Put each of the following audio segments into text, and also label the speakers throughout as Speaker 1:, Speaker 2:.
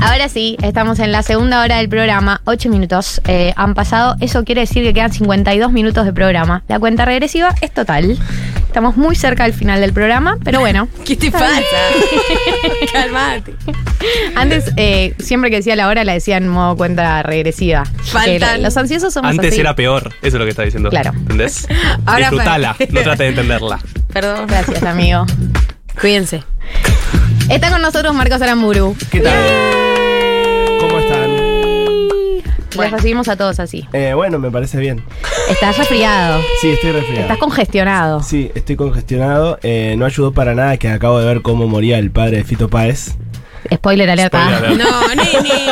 Speaker 1: Ahora sí, estamos en la segunda hora del programa. Ocho minutos eh, han pasado. Eso quiere decir que quedan 52 minutos de programa. La cuenta regresiva es total. Estamos muy cerca del final del programa, pero bueno.
Speaker 2: ¿Qué te pasa? Calmate.
Speaker 1: Antes, eh, siempre que decía la hora, la decía en modo cuenta regresiva. Que
Speaker 2: Faltan-
Speaker 1: Los ansiosos somos
Speaker 3: Antes
Speaker 1: así.
Speaker 3: era peor, eso es lo que está diciendo.
Speaker 1: Claro.
Speaker 3: ¿Entendés?
Speaker 2: Ahora
Speaker 3: Disfrutala,
Speaker 2: fue-
Speaker 3: no trate de entenderla.
Speaker 2: Perdón.
Speaker 1: Gracias, amigo.
Speaker 2: Cuídense.
Speaker 1: Está con nosotros Marcos Aramburu.
Speaker 4: ¿Qué tal? ¿Cómo están?
Speaker 1: Los recibimos a todos así.
Speaker 4: Eh, bueno, me parece bien.
Speaker 1: Estás resfriado.
Speaker 4: Sí, estoy resfriado.
Speaker 1: Estás congestionado.
Speaker 4: Sí, estoy congestionado. Eh, no ayudó para nada que acabo de ver cómo moría el padre de Fito Páez.
Speaker 1: Spoiler ¿ah? alerta.
Speaker 3: Spoiler alert.
Speaker 2: No, nene.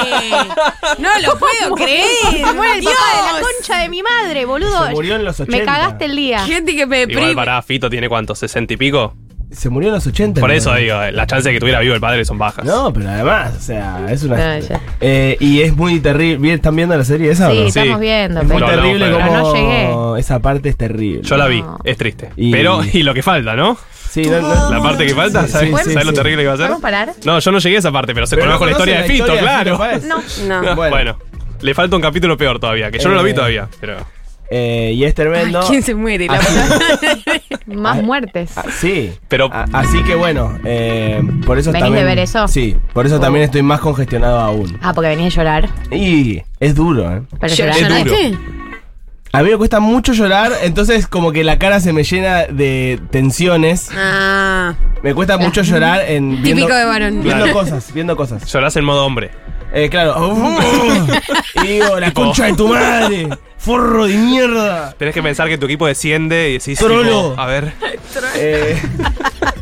Speaker 2: No lo puedo creer.
Speaker 1: Se muere el
Speaker 2: Dios.
Speaker 1: papá de la concha de mi madre, boludo.
Speaker 4: Se murió en los 80.
Speaker 1: Me cagaste el día.
Speaker 2: Gente que me
Speaker 3: Igual
Speaker 2: deprime.
Speaker 3: para Fito tiene cuánto, 60 y pico.
Speaker 4: Se murió en los 80.
Speaker 3: Por
Speaker 4: ¿no?
Speaker 3: eso digo, eh, las chances de que tuviera vivo el padre son bajas.
Speaker 4: No, pero además, o sea, es una.
Speaker 1: No, Ah, ya.
Speaker 4: Eh, y es muy terrible. ¿Están viendo la serie esa o
Speaker 1: Sí,
Speaker 4: no?
Speaker 3: sí.
Speaker 1: estamos viendo.
Speaker 4: Es muy
Speaker 3: No, no,
Speaker 1: pero-
Speaker 4: terrible
Speaker 3: pero-
Speaker 4: como.
Speaker 1: Pero no llegué.
Speaker 4: Esa parte es terrible.
Speaker 3: Yo la vi,
Speaker 1: No.
Speaker 3: es triste.
Speaker 4: Y-
Speaker 3: Pero, y lo que falta, ¿no?
Speaker 4: Sí, no, no.
Speaker 3: La parte que falta,
Speaker 4: Sí,
Speaker 3: ¿sabes,
Speaker 4: sí,
Speaker 3: ¿sabes
Speaker 4: sí,
Speaker 3: lo
Speaker 4: sí.
Speaker 3: terrible que va a ser?
Speaker 1: ¿Podemos parar?
Speaker 3: No, yo no llegué a esa parte, pero se
Speaker 4: Pero
Speaker 3: conozco
Speaker 4: no
Speaker 3: la historia de
Speaker 4: conocen
Speaker 3: Fito,
Speaker 4: historia de
Speaker 3: claro.
Speaker 4: Fito
Speaker 1: No.
Speaker 4: Páez.
Speaker 2: No.
Speaker 3: Ah,
Speaker 4: Bueno.
Speaker 3: bueno. le falta un capítulo peor todavía, que yo no lo vi
Speaker 4: Eh.
Speaker 3: todavía, pero.
Speaker 4: Eh, y es tremendo.
Speaker 2: Ay, ¿Quién se muere?
Speaker 3: Ah.
Speaker 2: La
Speaker 4: Así-
Speaker 1: Más muertes.
Speaker 4: Ah, Sí.
Speaker 3: Pero-
Speaker 4: A- así que bueno, eh, por eso
Speaker 1: ¿Venís
Speaker 4: también.
Speaker 1: de ver eso?
Speaker 4: Sí, por eso
Speaker 1: Oh.
Speaker 4: también estoy más congestionado aún.
Speaker 1: Ah, porque venís a llorar.
Speaker 4: Y es duro, ¿eh?
Speaker 1: Pero
Speaker 2: Yo-
Speaker 1: llorar.
Speaker 3: es duro.
Speaker 4: A mí me cuesta mucho llorar, entonces como que la cara se me llena de tensiones.
Speaker 2: Ah.
Speaker 4: Me cuesta mucho llorar en viendo,
Speaker 2: Típico de varón.
Speaker 4: viendo
Speaker 3: Claro.
Speaker 4: cosas, viendo cosas.
Speaker 3: Llorás en modo hombre.
Speaker 4: Eh, claro. y digo, la concha de tu madre, forro de mierda.
Speaker 3: Tenés que pensar que tu equipo desciende y decís.
Speaker 4: Trolo.
Speaker 3: tipo, A ver.
Speaker 4: Eh,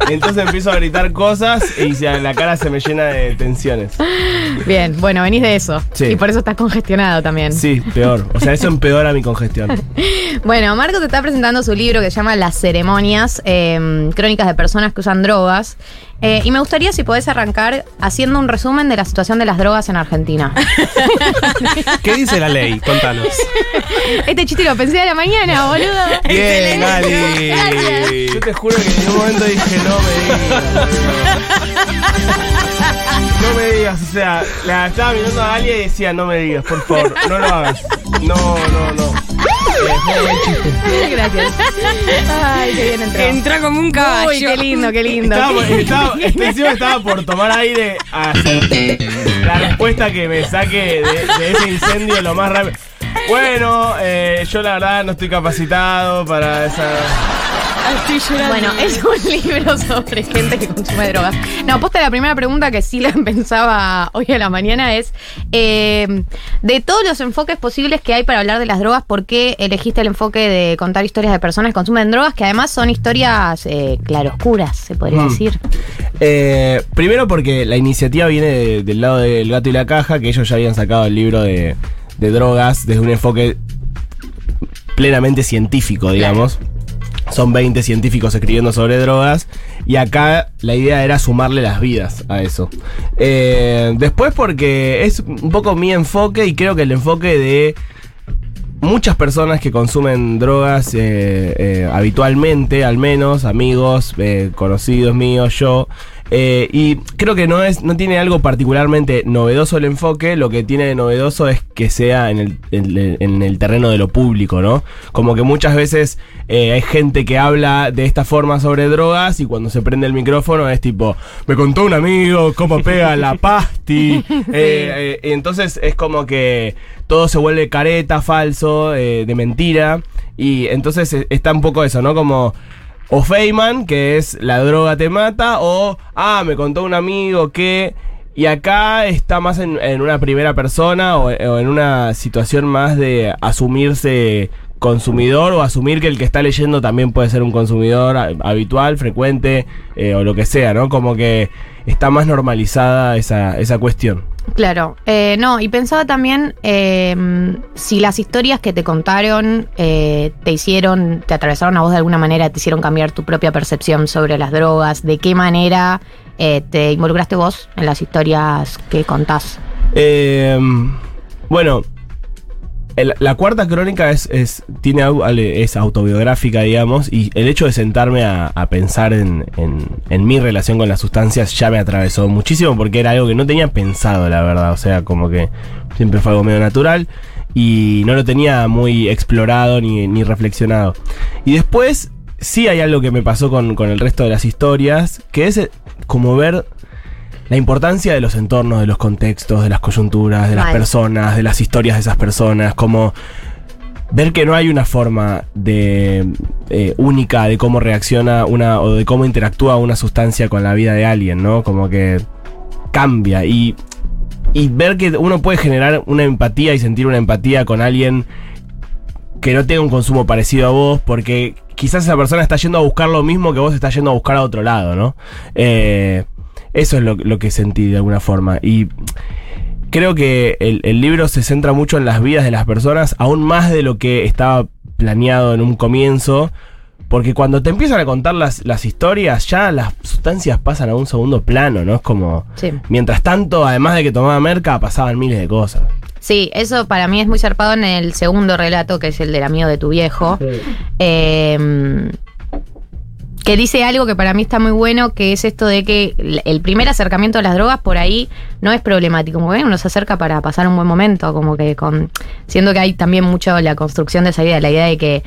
Speaker 4: entonces empiezo a gritar cosas y se- la cara se me llena de tensiones.
Speaker 1: Bien, bueno, venís de eso.
Speaker 4: Sí.
Speaker 1: Y por eso estás congestionado también.
Speaker 4: Sí, peor. O sea, eso empeora mi congestión.
Speaker 1: Bueno, Marcos está presentando su libro que se llama Las ceremonias, eh, crónicas de personas que usan drogas. Eh, y me gustaría si podés arrancar haciendo un resumen de la situación de las drogas en Argentina.
Speaker 3: ¿Qué dice la ley? Contanos.
Speaker 1: este chiste lo pensé a la mañana, boludo.
Speaker 3: Bien, Gali.
Speaker 4: Yo te juro que en un momento dije, no me digas. No me digas, o sea, la estaba mirando a alguien y decía, no me digas, por favor, no lo hagas. No, no, no.
Speaker 1: Gracias. Ay, qué bien entró.
Speaker 2: Entró como un caballo.
Speaker 1: Uy, qué lindo, qué lindo.
Speaker 4: Estaba, por- estaba, este encima estaba por tomar aire a la respuesta que me saque de, de ese incendio lo más rápido. Bueno, eh, yo la verdad no estoy capacitado para esa.
Speaker 2: Estoy llorando.
Speaker 1: Bueno, es un libro sobre gente que consume drogas. No, posta la primera pregunta que sí la pensaba hoy a la mañana es, eh, de todos los enfoques posibles que hay para hablar de las drogas, ¿por qué elegiste el enfoque de contar historias de personas que consumen drogas, que además son historias eh, claroscuras, se podría
Speaker 4: Mm.
Speaker 1: decir?
Speaker 4: Eh, primero porque la iniciativa viene de- del lado del gato y la caja, que ellos ya habían sacado el libro de, de drogas desde un enfoque plenamente científico, digamos. Son 20 científicos escribiendo sobre drogas y acá la idea era sumarle las vidas a eso. Eh, después porque es un poco mi enfoque y creo que el enfoque de muchas personas que consumen drogas eh, eh, habitualmente, al menos, amigos, eh, conocidos míos, yo. eh, y creo que no es, no tiene algo particularmente novedoso el enfoque, lo que tiene de novedoso es que sea en el, en el- en el terreno de lo público, ¿no? Como que muchas veces eh, hay gente que habla de esta forma sobre drogas y cuando se prende el micrófono es tipo, me contó un amigo cómo pega la pasti. Eh, eh, entonces es como que todo se vuelve careta, falso, eh, de mentira. Y entonces eh, está un poco eso, ¿no? Como. O Feynman, que es la droga te mata, o ah, me contó un amigo que. Y acá está más en, en una primera persona o, o en una situación más de asumirse consumidor o asumir que el que está leyendo también puede ser un consumidor ha- habitual, frecuente eh, o lo que sea, ¿no? Como que está más normalizada esa, esa cuestión.
Speaker 1: Claro, eh, no, y pensaba también eh, si las historias que te contaron eh, te hicieron, te atravesaron a vos de alguna manera, te hicieron cambiar tu propia percepción sobre las drogas, de qué manera eh, te involucraste vos en las historias que contás.
Speaker 4: Eh, bueno, el- la cuarta crónica es, es- tiene, au- ale- es autobiográfica, digamos, y el hecho de sentarme a, a pensar en, en- en mi relación con las sustancias ya me atravesó muchísimo porque era algo que no tenía pensado, la verdad. O sea, como que siempre fue algo medio natural y no lo tenía muy explorado ni, ni reflexionado. Y después, sí hay algo que me pasó con, con el resto de las historias, que es eh, como ver la importancia de los entornos, de los contextos, de las coyunturas, de las
Speaker 1: Mal.
Speaker 4: personas, de las historias de esas personas, como ver que no hay una forma de eh, única de cómo reacciona una o de cómo interactúa una sustancia con la vida de alguien, ¿no? Como que cambia y y ver que uno puede generar una empatía y sentir una empatía con alguien que no tenga un consumo parecido a vos, porque quizás esa persona está yendo a buscar lo mismo que vos estás yendo a buscar a otro lado, ¿no? Eh, eso es lo, lo que sentí de alguna forma. Y creo que el, el libro se centra mucho en las vidas de las personas, aún más de lo que estaba planeado en un comienzo. Porque cuando te empiezan a contar las, las historias, ya las sustancias pasan a un segundo plano, ¿no? Es como.
Speaker 1: Sí.
Speaker 4: Mientras tanto, además de que tomaba merca, pasaban miles de cosas.
Speaker 1: Sí, eso para mí es muy zarpado en el segundo relato, que es el del amigo de tu viejo. Eh, que dice algo que para mí está muy bueno, que es esto de que l- el primer acercamiento a las drogas por ahí no es problemático. Como que uno se acerca para pasar un buen momento, como que con. Siendo que hay también mucho la construcción de esa idea, la idea de que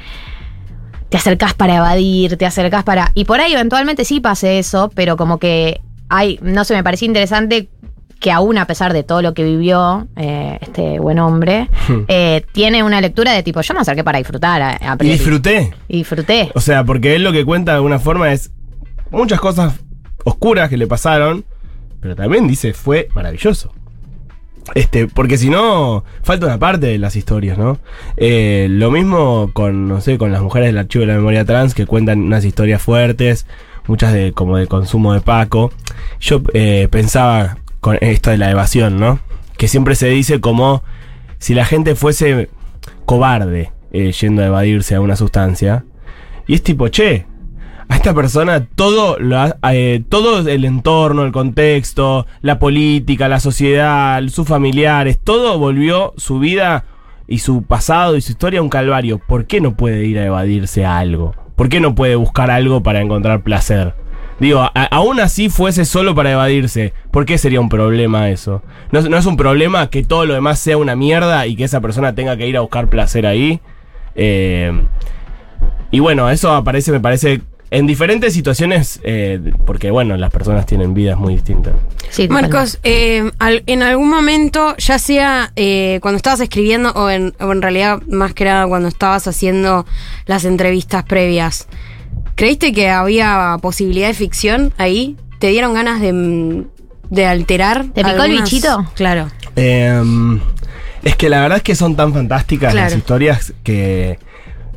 Speaker 1: te acercás para evadir, te acercás para. Y por ahí eventualmente sí pase eso, pero como que hay. No sé, me parecía interesante que aún a pesar de todo lo que vivió eh, este buen hombre, eh, tiene una lectura de tipo, yo me acerqué para disfrutar. A, a
Speaker 4: Y
Speaker 1: priori.
Speaker 4: disfruté.
Speaker 1: Y disfruté.
Speaker 4: O sea, porque él lo que cuenta de alguna forma es muchas cosas oscuras que le pasaron, pero también dice fue maravilloso. Este, porque si no, falta una parte de las historias, ¿no? Eh, lo mismo con, no sé, con las mujeres del archivo de la memoria trans que cuentan unas historias fuertes, muchas de como de consumo de Paco. Yo eh, pensaba con esto de la evasión, ¿no? Que siempre se dice como si la gente fuese cobarde eh, yendo a evadirse a una sustancia. Y es tipo, che, a esta persona todo, lo ha- eh, todo el entorno, el contexto, la política, la sociedad, sus familiares, todo volvió su vida y su pasado y su historia un calvario. ¿Por qué no puede ir a evadirse a algo? ¿Por qué no puede buscar algo para encontrar placer? Digo, a- aún así fuese solo para evadirse, ¿por qué sería un problema eso? ¿No, es- no es un problema que todo lo demás sea una mierda y que esa persona tenga que ir a buscar placer ahí? Eh, y bueno, eso aparece, me parece, en diferentes situaciones, eh, porque bueno, las personas tienen vidas muy distintas.
Speaker 1: Sí,
Speaker 2: Marcos, eh, al- en algún momento, ya sea eh, cuando estabas escribiendo o en, o en realidad más que nada cuando estabas haciendo las entrevistas previas, ¿creíste que había posibilidad de ficción ahí? ¿Te dieron ganas de, mm, de alterar?
Speaker 1: ¿Te picó el bichito?
Speaker 2: Claro.
Speaker 4: Em, es que la verdad es que son tan fantásticas las
Speaker 2: Claro.
Speaker 4: historias que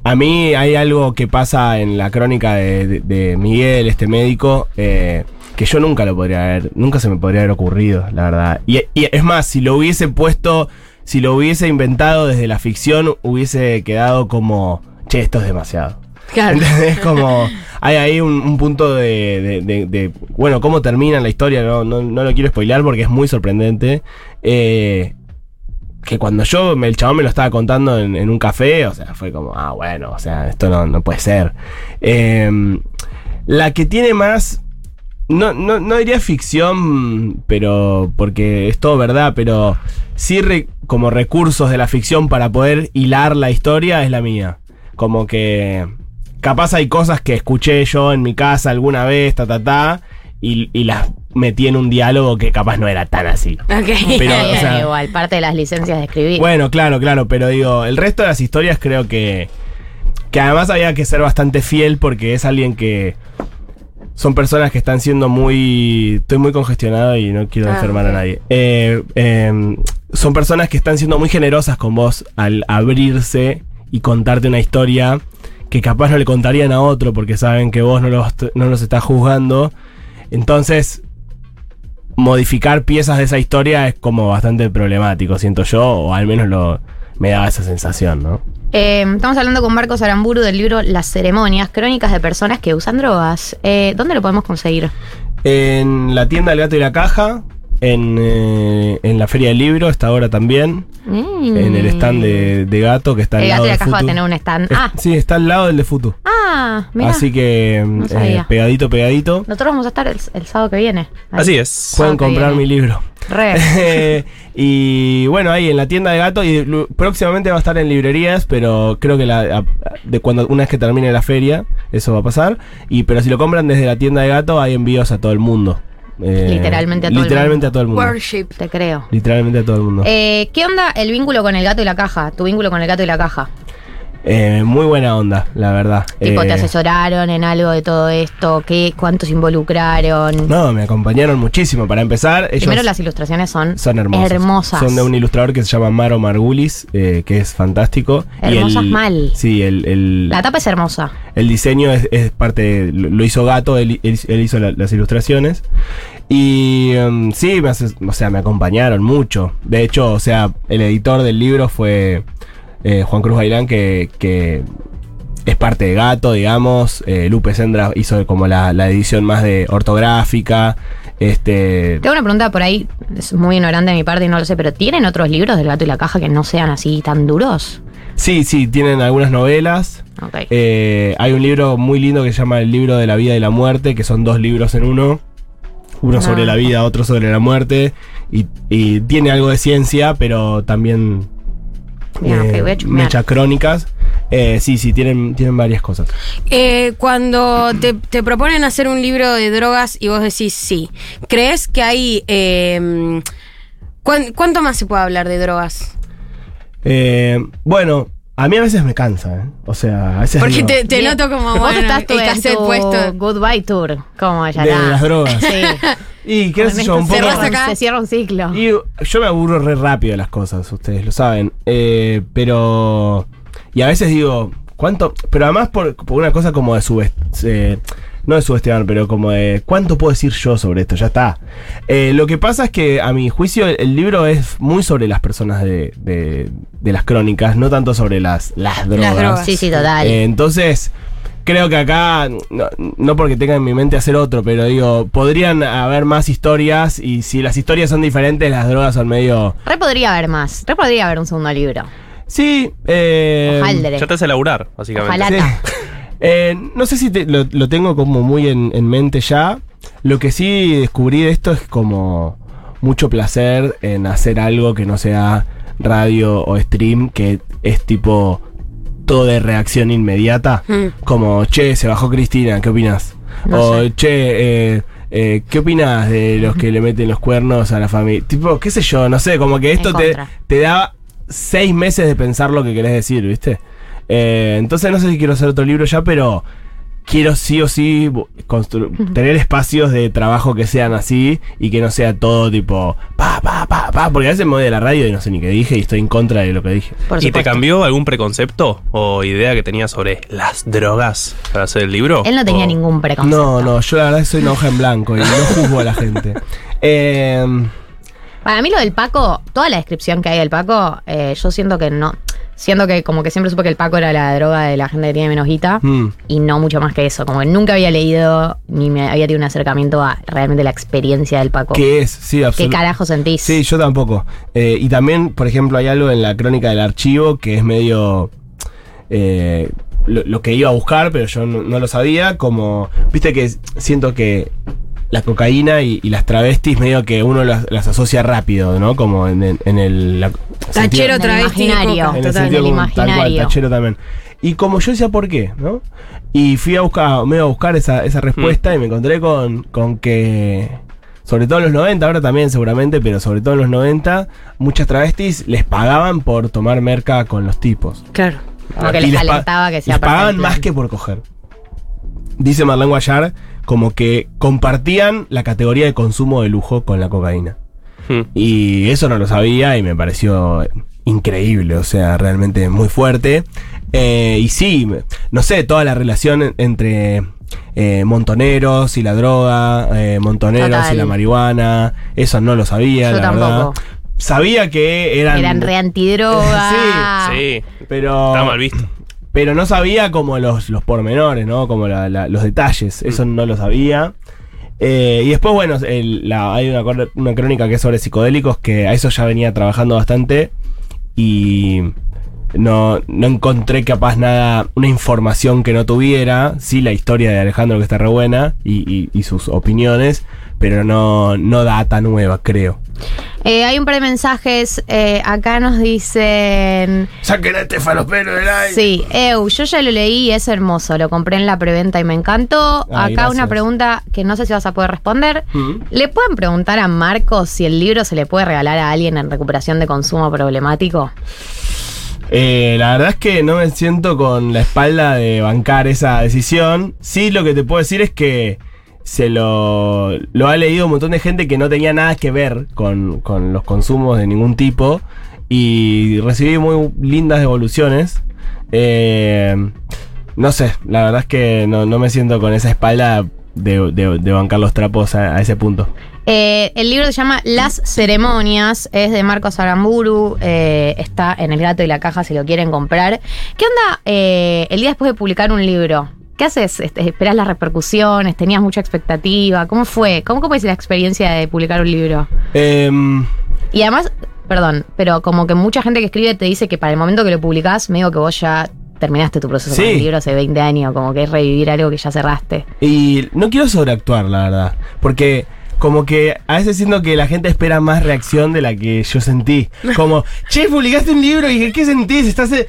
Speaker 4: a mí hay algo que pasa en la crónica de, de- de Miguel, este médico, eh, que yo nunca lo podría haber, nunca se me podría haber ocurrido, la verdad. Y, y es más, si lo hubiese puesto, si lo hubiese inventado desde la ficción, hubiese quedado como, che, esto es demasiado.
Speaker 2: Claro.
Speaker 4: ¿Entendés? Como hay ahí un, un punto de, de- de- de, Bueno, cómo termina la historia, no, no, no lo quiero spoilear porque es muy sorprendente. Eh, que cuando yo, me- el chabón me lo estaba contando en, en un café, o sea, fue como, ah, bueno, o sea, esto no, no puede ser. Eh, la que tiene más. No, no, no diría ficción, pero. porque es todo verdad, pero sí re- como recursos de la ficción para poder hilar la historia es la mía. Como que. Capaz hay cosas que escuché yo en mi casa alguna vez, ta, ta, ta, y, y las metí en un diálogo que capaz no era tan así.
Speaker 2: Ok.
Speaker 4: Pero, o sea,
Speaker 1: igual, parte de las licencias de escribir.
Speaker 4: bueno, claro, claro, pero digo, el resto de las historias creo que. Que además había que ser bastante fiel porque es alguien que. Son personas que están siendo muy. Estoy muy congestionado y no quiero
Speaker 2: Ah,
Speaker 4: enfermar
Speaker 2: ok.
Speaker 4: a nadie. Eh, eh, son personas que están siendo muy generosas con vos al abrirse y contarte una historia que capaz no le contarían a otro porque saben que vos no los, no los estás juzgando. Entonces, modificar piezas de esa historia es como bastante problemático, siento yo, o al menos lo, me daba esa sensación, ¿no?
Speaker 1: Eh, estamos hablando con Marcos Aramburu del libro Las ceremonias, crónicas de personas que usan drogas. Eh, ¿Dónde lo podemos conseguir?
Speaker 4: En la tienda del gato y la caja, en, eh, en la Feria del Libro, está ahora también.
Speaker 1: Mm.
Speaker 4: En el stand de, de Gato, que está al
Speaker 1: El gato
Speaker 4: lado
Speaker 1: de la
Speaker 4: del
Speaker 1: caja va a
Speaker 4: Futu.
Speaker 1: tener un stand.
Speaker 4: Es-
Speaker 1: Ah,
Speaker 4: Sí, está al lado del de Futu.
Speaker 1: ah, mira.
Speaker 4: Así que eh,
Speaker 1: sabía.
Speaker 4: pegadito, pegadito.
Speaker 1: Nosotros vamos a estar el, el sábado que viene. Ahí.
Speaker 3: Así es.
Speaker 4: Pueden
Speaker 1: ok,
Speaker 4: comprar
Speaker 1: bien.
Speaker 4: mi libro.
Speaker 1: Re.
Speaker 4: y bueno, ahí en la tienda de gato y lu- próximamente va a estar en librerías, pero creo que la, a- de cuando una vez que termine la feria, eso va a pasar. Y pero si lo compran desde la tienda de gato hay envíos a todo el mundo. Eh,
Speaker 1: Literalmente a todo el mundo.
Speaker 4: literalmente a todo el mundo.
Speaker 2: Worship.
Speaker 1: Te creo.
Speaker 4: Literalmente a todo el mundo.
Speaker 1: Eh, ¿Qué onda el vínculo con el gato y la caja? Tu vínculo con el gato y la caja.
Speaker 4: Eh, muy buena onda, la verdad.
Speaker 1: Tipo, ¿te
Speaker 4: Eh,
Speaker 1: asesoraron en algo de todo esto? ¿Qué, ¿Cuántos involucraron?
Speaker 4: No, me acompañaron muchísimo. Para empezar, ellos
Speaker 1: Primero, las ilustraciones son,
Speaker 4: son hermosas. Son de un ilustrador que se llama Maro Margulis, eh, que es fantástico. Y
Speaker 1: Hermosas
Speaker 4: el-
Speaker 1: mal.
Speaker 4: Sí, el, el-
Speaker 1: La tapa es hermosa.
Speaker 4: El diseño es, es parte, de- lo lo hizo Gato, él, él- él hizo la- las ilustraciones. Y em, sí, me hace- o sea, me acompañaron mucho. De hecho, o sea, el editor del libro fue eh, Juan Cruz Bailán, que, que es parte de Gato, digamos. Eh, Lupe Sendra hizo como la, la edición más de ortográfica. Este,
Speaker 1: Tengo una pregunta por ahí, es muy ignorante de mi parte y no lo sé, pero ¿tienen otros libros del gato y la caja que no sean así tan duros?
Speaker 4: sí, sí, tienen algunas novelas.
Speaker 1: Ok.
Speaker 4: Eh, hay un libro muy lindo que se llama El libro de la vida y la muerte, que son dos libros en uno. Uno
Speaker 1: Ah.
Speaker 4: sobre la vida, otro sobre la muerte. Y, y tiene algo de ciencia, pero también
Speaker 1: Bien,
Speaker 4: eh,
Speaker 1: Ah, ok, voy a chusmear.
Speaker 4: mecha crónicas. Eh, sí, sí, tienen, tienen varias cosas.
Speaker 2: Eh, cuando te, te proponen hacer un libro de drogas y vos decís sí, ¿crees que hay... eh, cuán- ¿Cuánto más se puede hablar de drogas?
Speaker 4: Eh, bueno, a mí a veces me cansa, ¿eh? O sea, a veces.
Speaker 2: Porque
Speaker 4: digo,
Speaker 2: te, te
Speaker 1: Bien.
Speaker 2: noto como...
Speaker 1: Vos
Speaker 2: bueno,
Speaker 1: estás tu,
Speaker 2: el
Speaker 1: en
Speaker 2: cassette
Speaker 1: tu
Speaker 2: puesto.
Speaker 1: Goodbye Tour. ¿Cómo ya
Speaker 4: De
Speaker 1: está?
Speaker 4: las drogas.
Speaker 1: Sí.
Speaker 4: Y qué sé yo, un
Speaker 1: Se
Speaker 4: poco.
Speaker 1: cierra-
Speaker 2: acá.
Speaker 1: Se cierra un ciclo.
Speaker 4: Y yo me aburro re rápido de las cosas, ustedes lo saben. Eh, pero. Y a veces digo, ¿cuánto? Pero además por, por una cosa como de subestimar. no de subestimar, pero como de. ¿Cuánto puedo decir yo sobre esto? Ya está. Eh, lo que pasa es que, a mi juicio, el, el libro es muy sobre las personas de, de- de las crónicas, no tanto sobre las, las drogas.
Speaker 2: drogas.
Speaker 1: Sí, sí, total.
Speaker 4: Eh, entonces, creo que acá, no, no porque tenga en mi mente hacer otro, pero digo, podrían haber más historias y si las historias son diferentes, las drogas son medio...
Speaker 1: Re podría haber más. Re podría haber un segundo libro.
Speaker 4: Sí, eh...
Speaker 1: Ojaldre.
Speaker 3: Ya te hace laburar, básicamente.
Speaker 1: Ojalá.
Speaker 4: sí. Eh, no sé si te- lo, lo tengo como muy en, en mente ya. Lo que sí descubrí de esto es como mucho placer en hacer algo que no sea radio o stream, que es tipo todo de reacción inmediata.
Speaker 2: Mm.
Speaker 4: Como, che, se bajó Cristina, ¿qué opinas?
Speaker 1: No
Speaker 4: o,
Speaker 1: sé.
Speaker 4: che, eh, eh, ¿qué opinas de los que le meten los cuernos a la familia? Tipo, qué sé yo, no sé, como que esto te,
Speaker 1: contra.
Speaker 4: te da seis meses de pensar lo que querés decir, ¿viste? Eh, entonces no sé si quiero hacer otro libro ya, pero quiero sí o sí bu- constru- tener espacios de trabajo que sean así y que no sea todo tipo, pa, pa, pa, pa, porque a veces me voy de la radio y no sé ni qué dije y estoy en contra de lo que dije.
Speaker 1: Por
Speaker 3: ¿Y te
Speaker 1: supuesto.
Speaker 3: cambió algún preconcepto o idea que tenías sobre las drogas para hacer el libro?
Speaker 1: Él no tenía
Speaker 3: O-
Speaker 1: ningún preconcepto.
Speaker 4: Oh. No, no, yo la verdad soy una hoja en blanco y no juzgo a la gente. Eh,
Speaker 1: Para mí lo del Paco, toda la descripción que hay del Paco, eh, yo siento que no. Siento que como que siempre supe que el Paco era la droga de la gente que tiene menos guita.
Speaker 4: mm.
Speaker 1: Y no mucho más que eso. Como que nunca había leído ni me había tenido un acercamiento a realmente la experiencia del Paco. ¿Qué,
Speaker 4: ¿Qué es? Sí, absolutamente.
Speaker 1: carajo sentís?
Speaker 4: Sí, yo tampoco. Eh, y también, por ejemplo, hay algo en la crónica del archivo que es medio. eh, lo, lo que iba a buscar, pero yo no, no lo sabía. Como. Viste que siento que la cocaína y, y las travestis, medio que uno las, las asocia rápido, ¿no? Como en, en- en el. la-
Speaker 2: Tachero
Speaker 1: En el
Speaker 2: travesti.
Speaker 1: imaginario.
Speaker 2: coca.
Speaker 4: en el
Speaker 1: Total,
Speaker 4: sentido
Speaker 1: en el
Speaker 4: como tal cual,
Speaker 1: imaginario.
Speaker 4: tachero también. Y como yo decía por qué, ¿no? Y fui a buscar, me iba a buscar esa, esa
Speaker 1: Mm.
Speaker 4: respuesta y me encontré con, con que, sobre todo en los 90, ahora también seguramente, pero sobre todo en los 90, muchas travestis les pagaban por tomar merca con los tipos.
Speaker 2: Claro.
Speaker 1: Como que
Speaker 4: Y
Speaker 1: les
Speaker 4: pa-
Speaker 1: alentaba que sea
Speaker 4: les
Speaker 1: parte del
Speaker 4: pagaban
Speaker 1: plan.
Speaker 4: más que por coger. Dice Marlene Guayar como que compartían la categoría de consumo de lujo con la cocaína.
Speaker 3: Hmm.
Speaker 4: Y eso no lo sabía y me pareció increíble, o sea, realmente muy fuerte. Eh, y sí, me- no sé, toda la relación en- entre eh, montoneros y la droga, eh, montoneros
Speaker 1: Total.
Speaker 4: y la marihuana, eso no lo sabía,
Speaker 1: Yo
Speaker 4: la verdad.
Speaker 1: tampoco.
Speaker 4: Sabía que eran...
Speaker 1: Eran re antidroga.
Speaker 3: Sí,
Speaker 4: pero,
Speaker 3: está mal visto.
Speaker 4: pero no sabía como los, los pormenores, ¿no? Como la- la- los detalles, eso no lo sabía. Eh, y después, bueno, el- la- hay una, cor- una crónica que es sobre psicodélicos, que a eso ya venía trabajando bastante y no, no encontré capaz nada, una información que no tuviera. Sí, la historia de Alejandro que está re buena y, y- y sus opiniones, pero no, no data nueva, creo.
Speaker 1: Eh, hay un par de mensajes. eh, acá nos dicen.
Speaker 4: ¡Saquen a Estefano Pérez del aire!
Speaker 1: Sí, Eu, yo ya lo leí y es hermoso. Lo compré en la preventa y me encantó.
Speaker 4: Ay,
Speaker 1: Acá una
Speaker 4: gracias.
Speaker 1: pregunta que no sé si vas a poder responder.
Speaker 4: Mm.
Speaker 1: ¿Le pueden preguntar a Marcos si el libro se le puede regalar a alguien en recuperación de consumo problemático?
Speaker 4: Eh, la verdad es que no me siento con la espalda de bancar esa decisión. Sí, lo que te puedo decir es que se lo, lo ha leído un montón de gente que no tenía nada que ver con, con los consumos de ningún tipo. Y recibí muy lindas devoluciones. Eh, no sé, la verdad es que no, no me siento con esa espalda de, de- de bancar los trapos a- a ese punto.
Speaker 1: Eh, el libro se llama Las Ceremonias, es de Marcos Aramburu, eh, está en el gato y la caja si lo quieren comprar. ¿Qué onda eh, el día después de publicar un libro? ¿Qué haces? Este, ¿Esperás las repercusiones? ¿Tenías mucha expectativa? ¿Cómo fue? ¿Cómo, cómo es la experiencia de publicar un libro?
Speaker 4: Em,
Speaker 1: Y además, perdón, pero como que mucha gente que escribe te dice que para el momento que lo publicás, me digo que vos ya terminaste tu proceso
Speaker 4: Sí.
Speaker 1: con el libro hace 20 años, como que es revivir algo que ya cerraste.
Speaker 4: Y no quiero sobreactuar, la verdad. Porque como que a veces siento que la gente espera más reacción de la que yo sentí. Como, che, publicaste un libro y dije, ¿qué sentís? Estás... eh,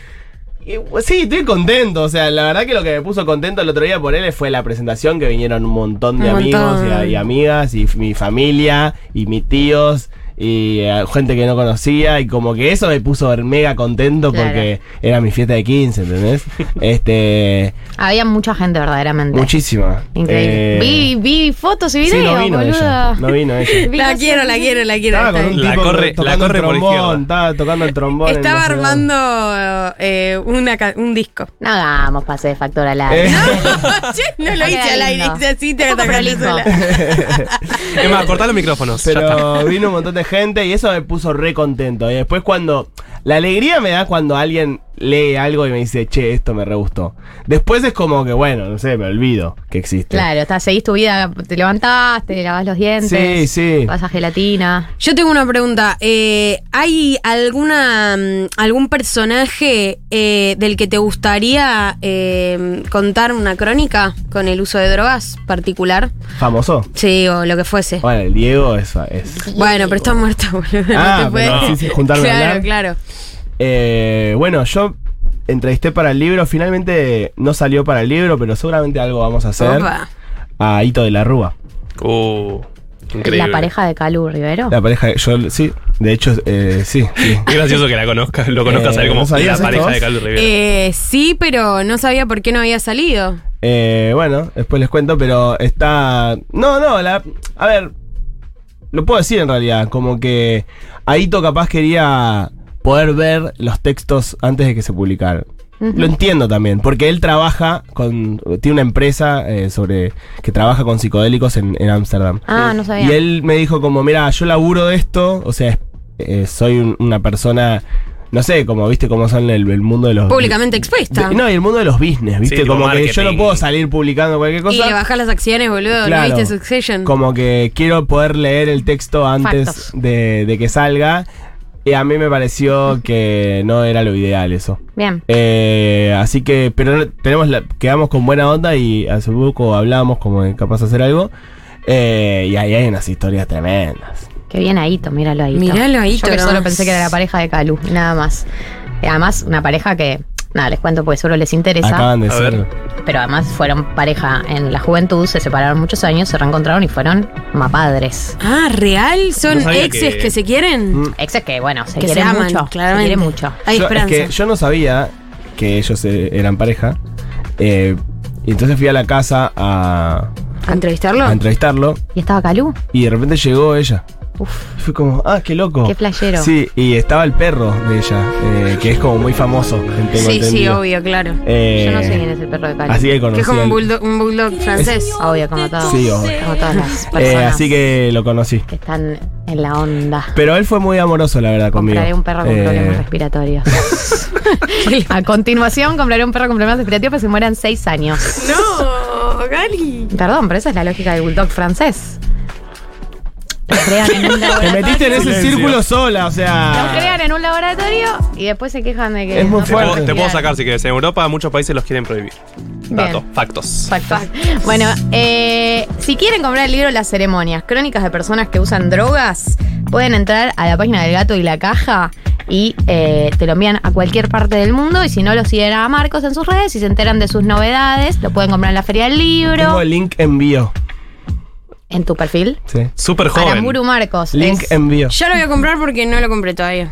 Speaker 4: y, pues, Sí, estoy contento. O sea, la verdad que lo que me puso contento el otro día por él fue la presentación que vinieron un montón de
Speaker 2: Un
Speaker 4: amigos
Speaker 2: montón.
Speaker 4: y a- Y, amigas y f- mi familia y mis tíos y eh, gente que no conocía y como que eso me puso mega contento
Speaker 1: Claro.
Speaker 4: porque era mi fiesta de 15, ¿entendés? este,
Speaker 1: Había mucha gente verdaderamente.
Speaker 4: muchísima.
Speaker 1: Increíble.
Speaker 4: Eh,
Speaker 1: vi, vi fotos y
Speaker 4: Sí,
Speaker 1: videos,
Speaker 4: no vino
Speaker 1: boludo.
Speaker 4: ella. No vino ella.
Speaker 1: Vi
Speaker 2: La
Speaker 1: cosas
Speaker 2: quiero, la
Speaker 1: así.
Speaker 2: quiero, la quiero.
Speaker 4: Estaba con un
Speaker 3: La
Speaker 4: tipo
Speaker 3: corre-
Speaker 4: tocando
Speaker 3: la corre
Speaker 4: el
Speaker 3: por
Speaker 4: trombón,
Speaker 3: izquierda.
Speaker 4: estaba tocando el trombón. en
Speaker 2: Estaba
Speaker 4: no sé dónde.
Speaker 2: armando eh, una ca- un disco.
Speaker 1: No hagamos pase de factor al aire.
Speaker 4: Eh,
Speaker 2: Che, no lo
Speaker 1: Ah,
Speaker 2: hice
Speaker 1: qué
Speaker 2: al aire,
Speaker 1: lindo.
Speaker 2: hice así, te
Speaker 1: Un poco
Speaker 2: atacaste
Speaker 1: prolijo.
Speaker 2: sola.
Speaker 3: Es más, cortá los micrófonos. ya está.
Speaker 4: Pero vino un montón de gente y eso me puso re contento. Y después cuando... La alegría me da cuando alguien lee algo y me dice, che, esto me re gustó. Después es como que, bueno, no sé, me olvido que existe.
Speaker 1: Claro, está, seguís tu vida, te levantás, te lavás los dientes.
Speaker 4: Sí, sí.
Speaker 1: Vas a gelatina.
Speaker 2: Yo tengo una pregunta. eh, ¿Hay alguna mm, algún personaje eh, del que te gustaría eh, contar una crónica con el uso de drogas particular?
Speaker 4: Famoso.
Speaker 2: Sí, o lo que fuese.
Speaker 4: Bueno, el Diego es... es-
Speaker 2: Bueno, pero está muerta, boludo.
Speaker 4: Ah,
Speaker 2: no te puedes-
Speaker 4: pero sí, sí, juntarme a
Speaker 2: Claro,
Speaker 4: hablar.
Speaker 2: claro.
Speaker 4: Eh, bueno, yo entrevisté para el libro. Finalmente no salió para el libro, pero seguramente algo vamos a hacer.
Speaker 2: Opa.
Speaker 4: A Hito de la Rúa.
Speaker 3: Uh, increíble.
Speaker 1: La pareja de Calu Rivero.
Speaker 4: La pareja, yo sí, de hecho, eh, sí, sí.
Speaker 3: Qué gracioso que la conozcas, lo conozcas
Speaker 4: Eh,
Speaker 3: a él como
Speaker 4: ¿no
Speaker 3: la
Speaker 4: sabías esto
Speaker 3: pareja
Speaker 4: vos?
Speaker 3: de Carlos Rivera.
Speaker 2: Eh, sí, pero no sabía por qué no había salido.
Speaker 4: Eh, bueno, después les cuento, pero está. No, no, la. A ver. Lo puedo decir en realidad. Como que Aito capaz quería poder ver los textos antes de que se publicaran. Lo entiendo también, porque él trabaja con. Tiene una empresa eh, sobre. que trabaja con psicodélicos en en Ámsterdam.
Speaker 1: Ah, no sabía.
Speaker 4: Y él me dijo como, mira, yo laburo de esto, o sea, es- eh, soy un- una persona, no sé, como viste cómo son el, el mundo de los...
Speaker 2: Públicamente expuesta.
Speaker 4: de- no, y el mundo de los business, viste,
Speaker 3: Sí, tipo
Speaker 4: como que yo no
Speaker 3: marketing.
Speaker 4: puedo salir publicando cualquier
Speaker 2: y le
Speaker 4: cosa.
Speaker 2: bajás las acciones, boludo.
Speaker 4: Claro.
Speaker 2: ¿No viste Succession?
Speaker 4: Como que quiero poder leer el texto antes
Speaker 1: Factos.
Speaker 4: de, de que salga. Y a mí me pareció que no era lo ideal eso.
Speaker 1: Bien.
Speaker 4: Eh, así que, pero tenemos la- quedamos con buena onda y hace poco hablábamos como de capaz de hacer algo. Eh, y ahí hay unas historias tremendas.
Speaker 1: Qué bien Aito, míralo Aito.
Speaker 2: Míralo a Hito
Speaker 1: Yo que solo
Speaker 2: nomás.
Speaker 1: pensé que era la pareja de Calu, nada más. Eh, Además, una pareja que, nada, les cuento porque seguro les interesa.
Speaker 4: Acaban de
Speaker 3: A
Speaker 4: ser.
Speaker 3: ver.
Speaker 1: Pero además fueron pareja en la juventud, se separaron muchos años, se reencontraron y fueron mapadres.
Speaker 2: Ah, ¿real? ¿Son
Speaker 3: No sabía
Speaker 2: exes que...
Speaker 3: que-
Speaker 2: se quieren?
Speaker 4: Mm.
Speaker 1: Exes que, bueno, se
Speaker 2: que se
Speaker 1: quieren
Speaker 2: aman,
Speaker 1: mucho.
Speaker 2: claramente.
Speaker 1: Se quieren mucho.
Speaker 2: Hay
Speaker 4: Yo- es
Speaker 2: esperanza.
Speaker 4: que yo no sabía que ellos eh, eran pareja. Eh, y entonces fui a la casa a,
Speaker 2: ¿A entrevistarlo?
Speaker 4: a entrevistarlo
Speaker 1: ¿Y estaba Calú?
Speaker 4: y de repente llegó ella.
Speaker 1: Uf,
Speaker 4: Fue como, ah, qué loco.
Speaker 1: Qué flashero.
Speaker 4: Sí, y estaba el perro de ella, eh, que es como muy famoso. tengo
Speaker 2: sí, sí,
Speaker 4: entendido.
Speaker 2: obvio, claro.
Speaker 4: Eh,
Speaker 1: yo no sé quién es el perro de Calú.
Speaker 4: Así que
Speaker 2: Que
Speaker 4: conocí.
Speaker 2: es como
Speaker 4: al-
Speaker 2: un bulldog, un bulldog francés.
Speaker 1: Obvio, como todos.
Speaker 4: Sí, obvio.
Speaker 1: Como todas las
Speaker 4: Eh,
Speaker 1: personas
Speaker 4: así que lo conocí.
Speaker 1: que están en la onda.
Speaker 4: Pero él fue muy amoroso, la verdad, conmigo.
Speaker 1: Compraré un perro con
Speaker 4: Eh,
Speaker 1: problemas respiratorios. a continuación, compraré un perro con problemas respiratorios para que se mueran seis años.
Speaker 2: ¡No! Gali.
Speaker 1: Perdón, pero esa es la lógica del bulldog francés. Lo crean en un
Speaker 4: Te
Speaker 1: laboratorio.
Speaker 4: metiste en ese
Speaker 3: Silencio.
Speaker 4: círculo sola, o
Speaker 1: Lo
Speaker 4: sea.
Speaker 1: crean en un laboratorio y después se quejan de que.
Speaker 4: Ah. Es muy
Speaker 1: no
Speaker 3: Te puedo,
Speaker 4: fuerte.
Speaker 3: te puedo
Speaker 1: Claro.
Speaker 3: sacar si quieres. En Europa muchos países los quieren prohibir. Dato,
Speaker 1: Bien.
Speaker 3: factos.
Speaker 1: Factos. Bueno, eh, si quieren comprar el libro Las ceremonias, crónicas de personas que usan drogas, pueden entrar a la página del gato y la caja y eh, te lo envían a cualquier parte del mundo. Y si no, lo siguen a Marcos en sus redes y se enteran de sus novedades. Lo pueden comprar en la Feria del
Speaker 4: Tengo
Speaker 1: Libro,
Speaker 4: el link envío.
Speaker 1: en tu perfil.
Speaker 4: Sí.
Speaker 3: Súper joven.
Speaker 1: Aramuru Marcos.
Speaker 4: Link
Speaker 1: es-
Speaker 4: envío.
Speaker 2: Yo lo voy a comprar porque no lo compré todavía.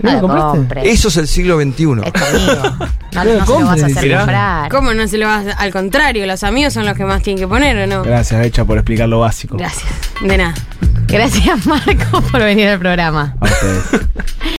Speaker 1: No lo compres.
Speaker 5: Eso es el siglo XXI.
Speaker 1: Es tu amigo. No, no
Speaker 4: lo
Speaker 1: se lo vas
Speaker 4: compres,
Speaker 1: a hacer
Speaker 3: mirá.
Speaker 1: comprar.
Speaker 2: ¿Cómo no se lo vas a- Al contrario, los amigos son los que más tienen que poner, ¿o no?
Speaker 4: Gracias, Becha, por explicar lo básico.
Speaker 2: Gracias. De nada.
Speaker 1: Gracias, Marcos, por venir al programa.
Speaker 4: A ustedes.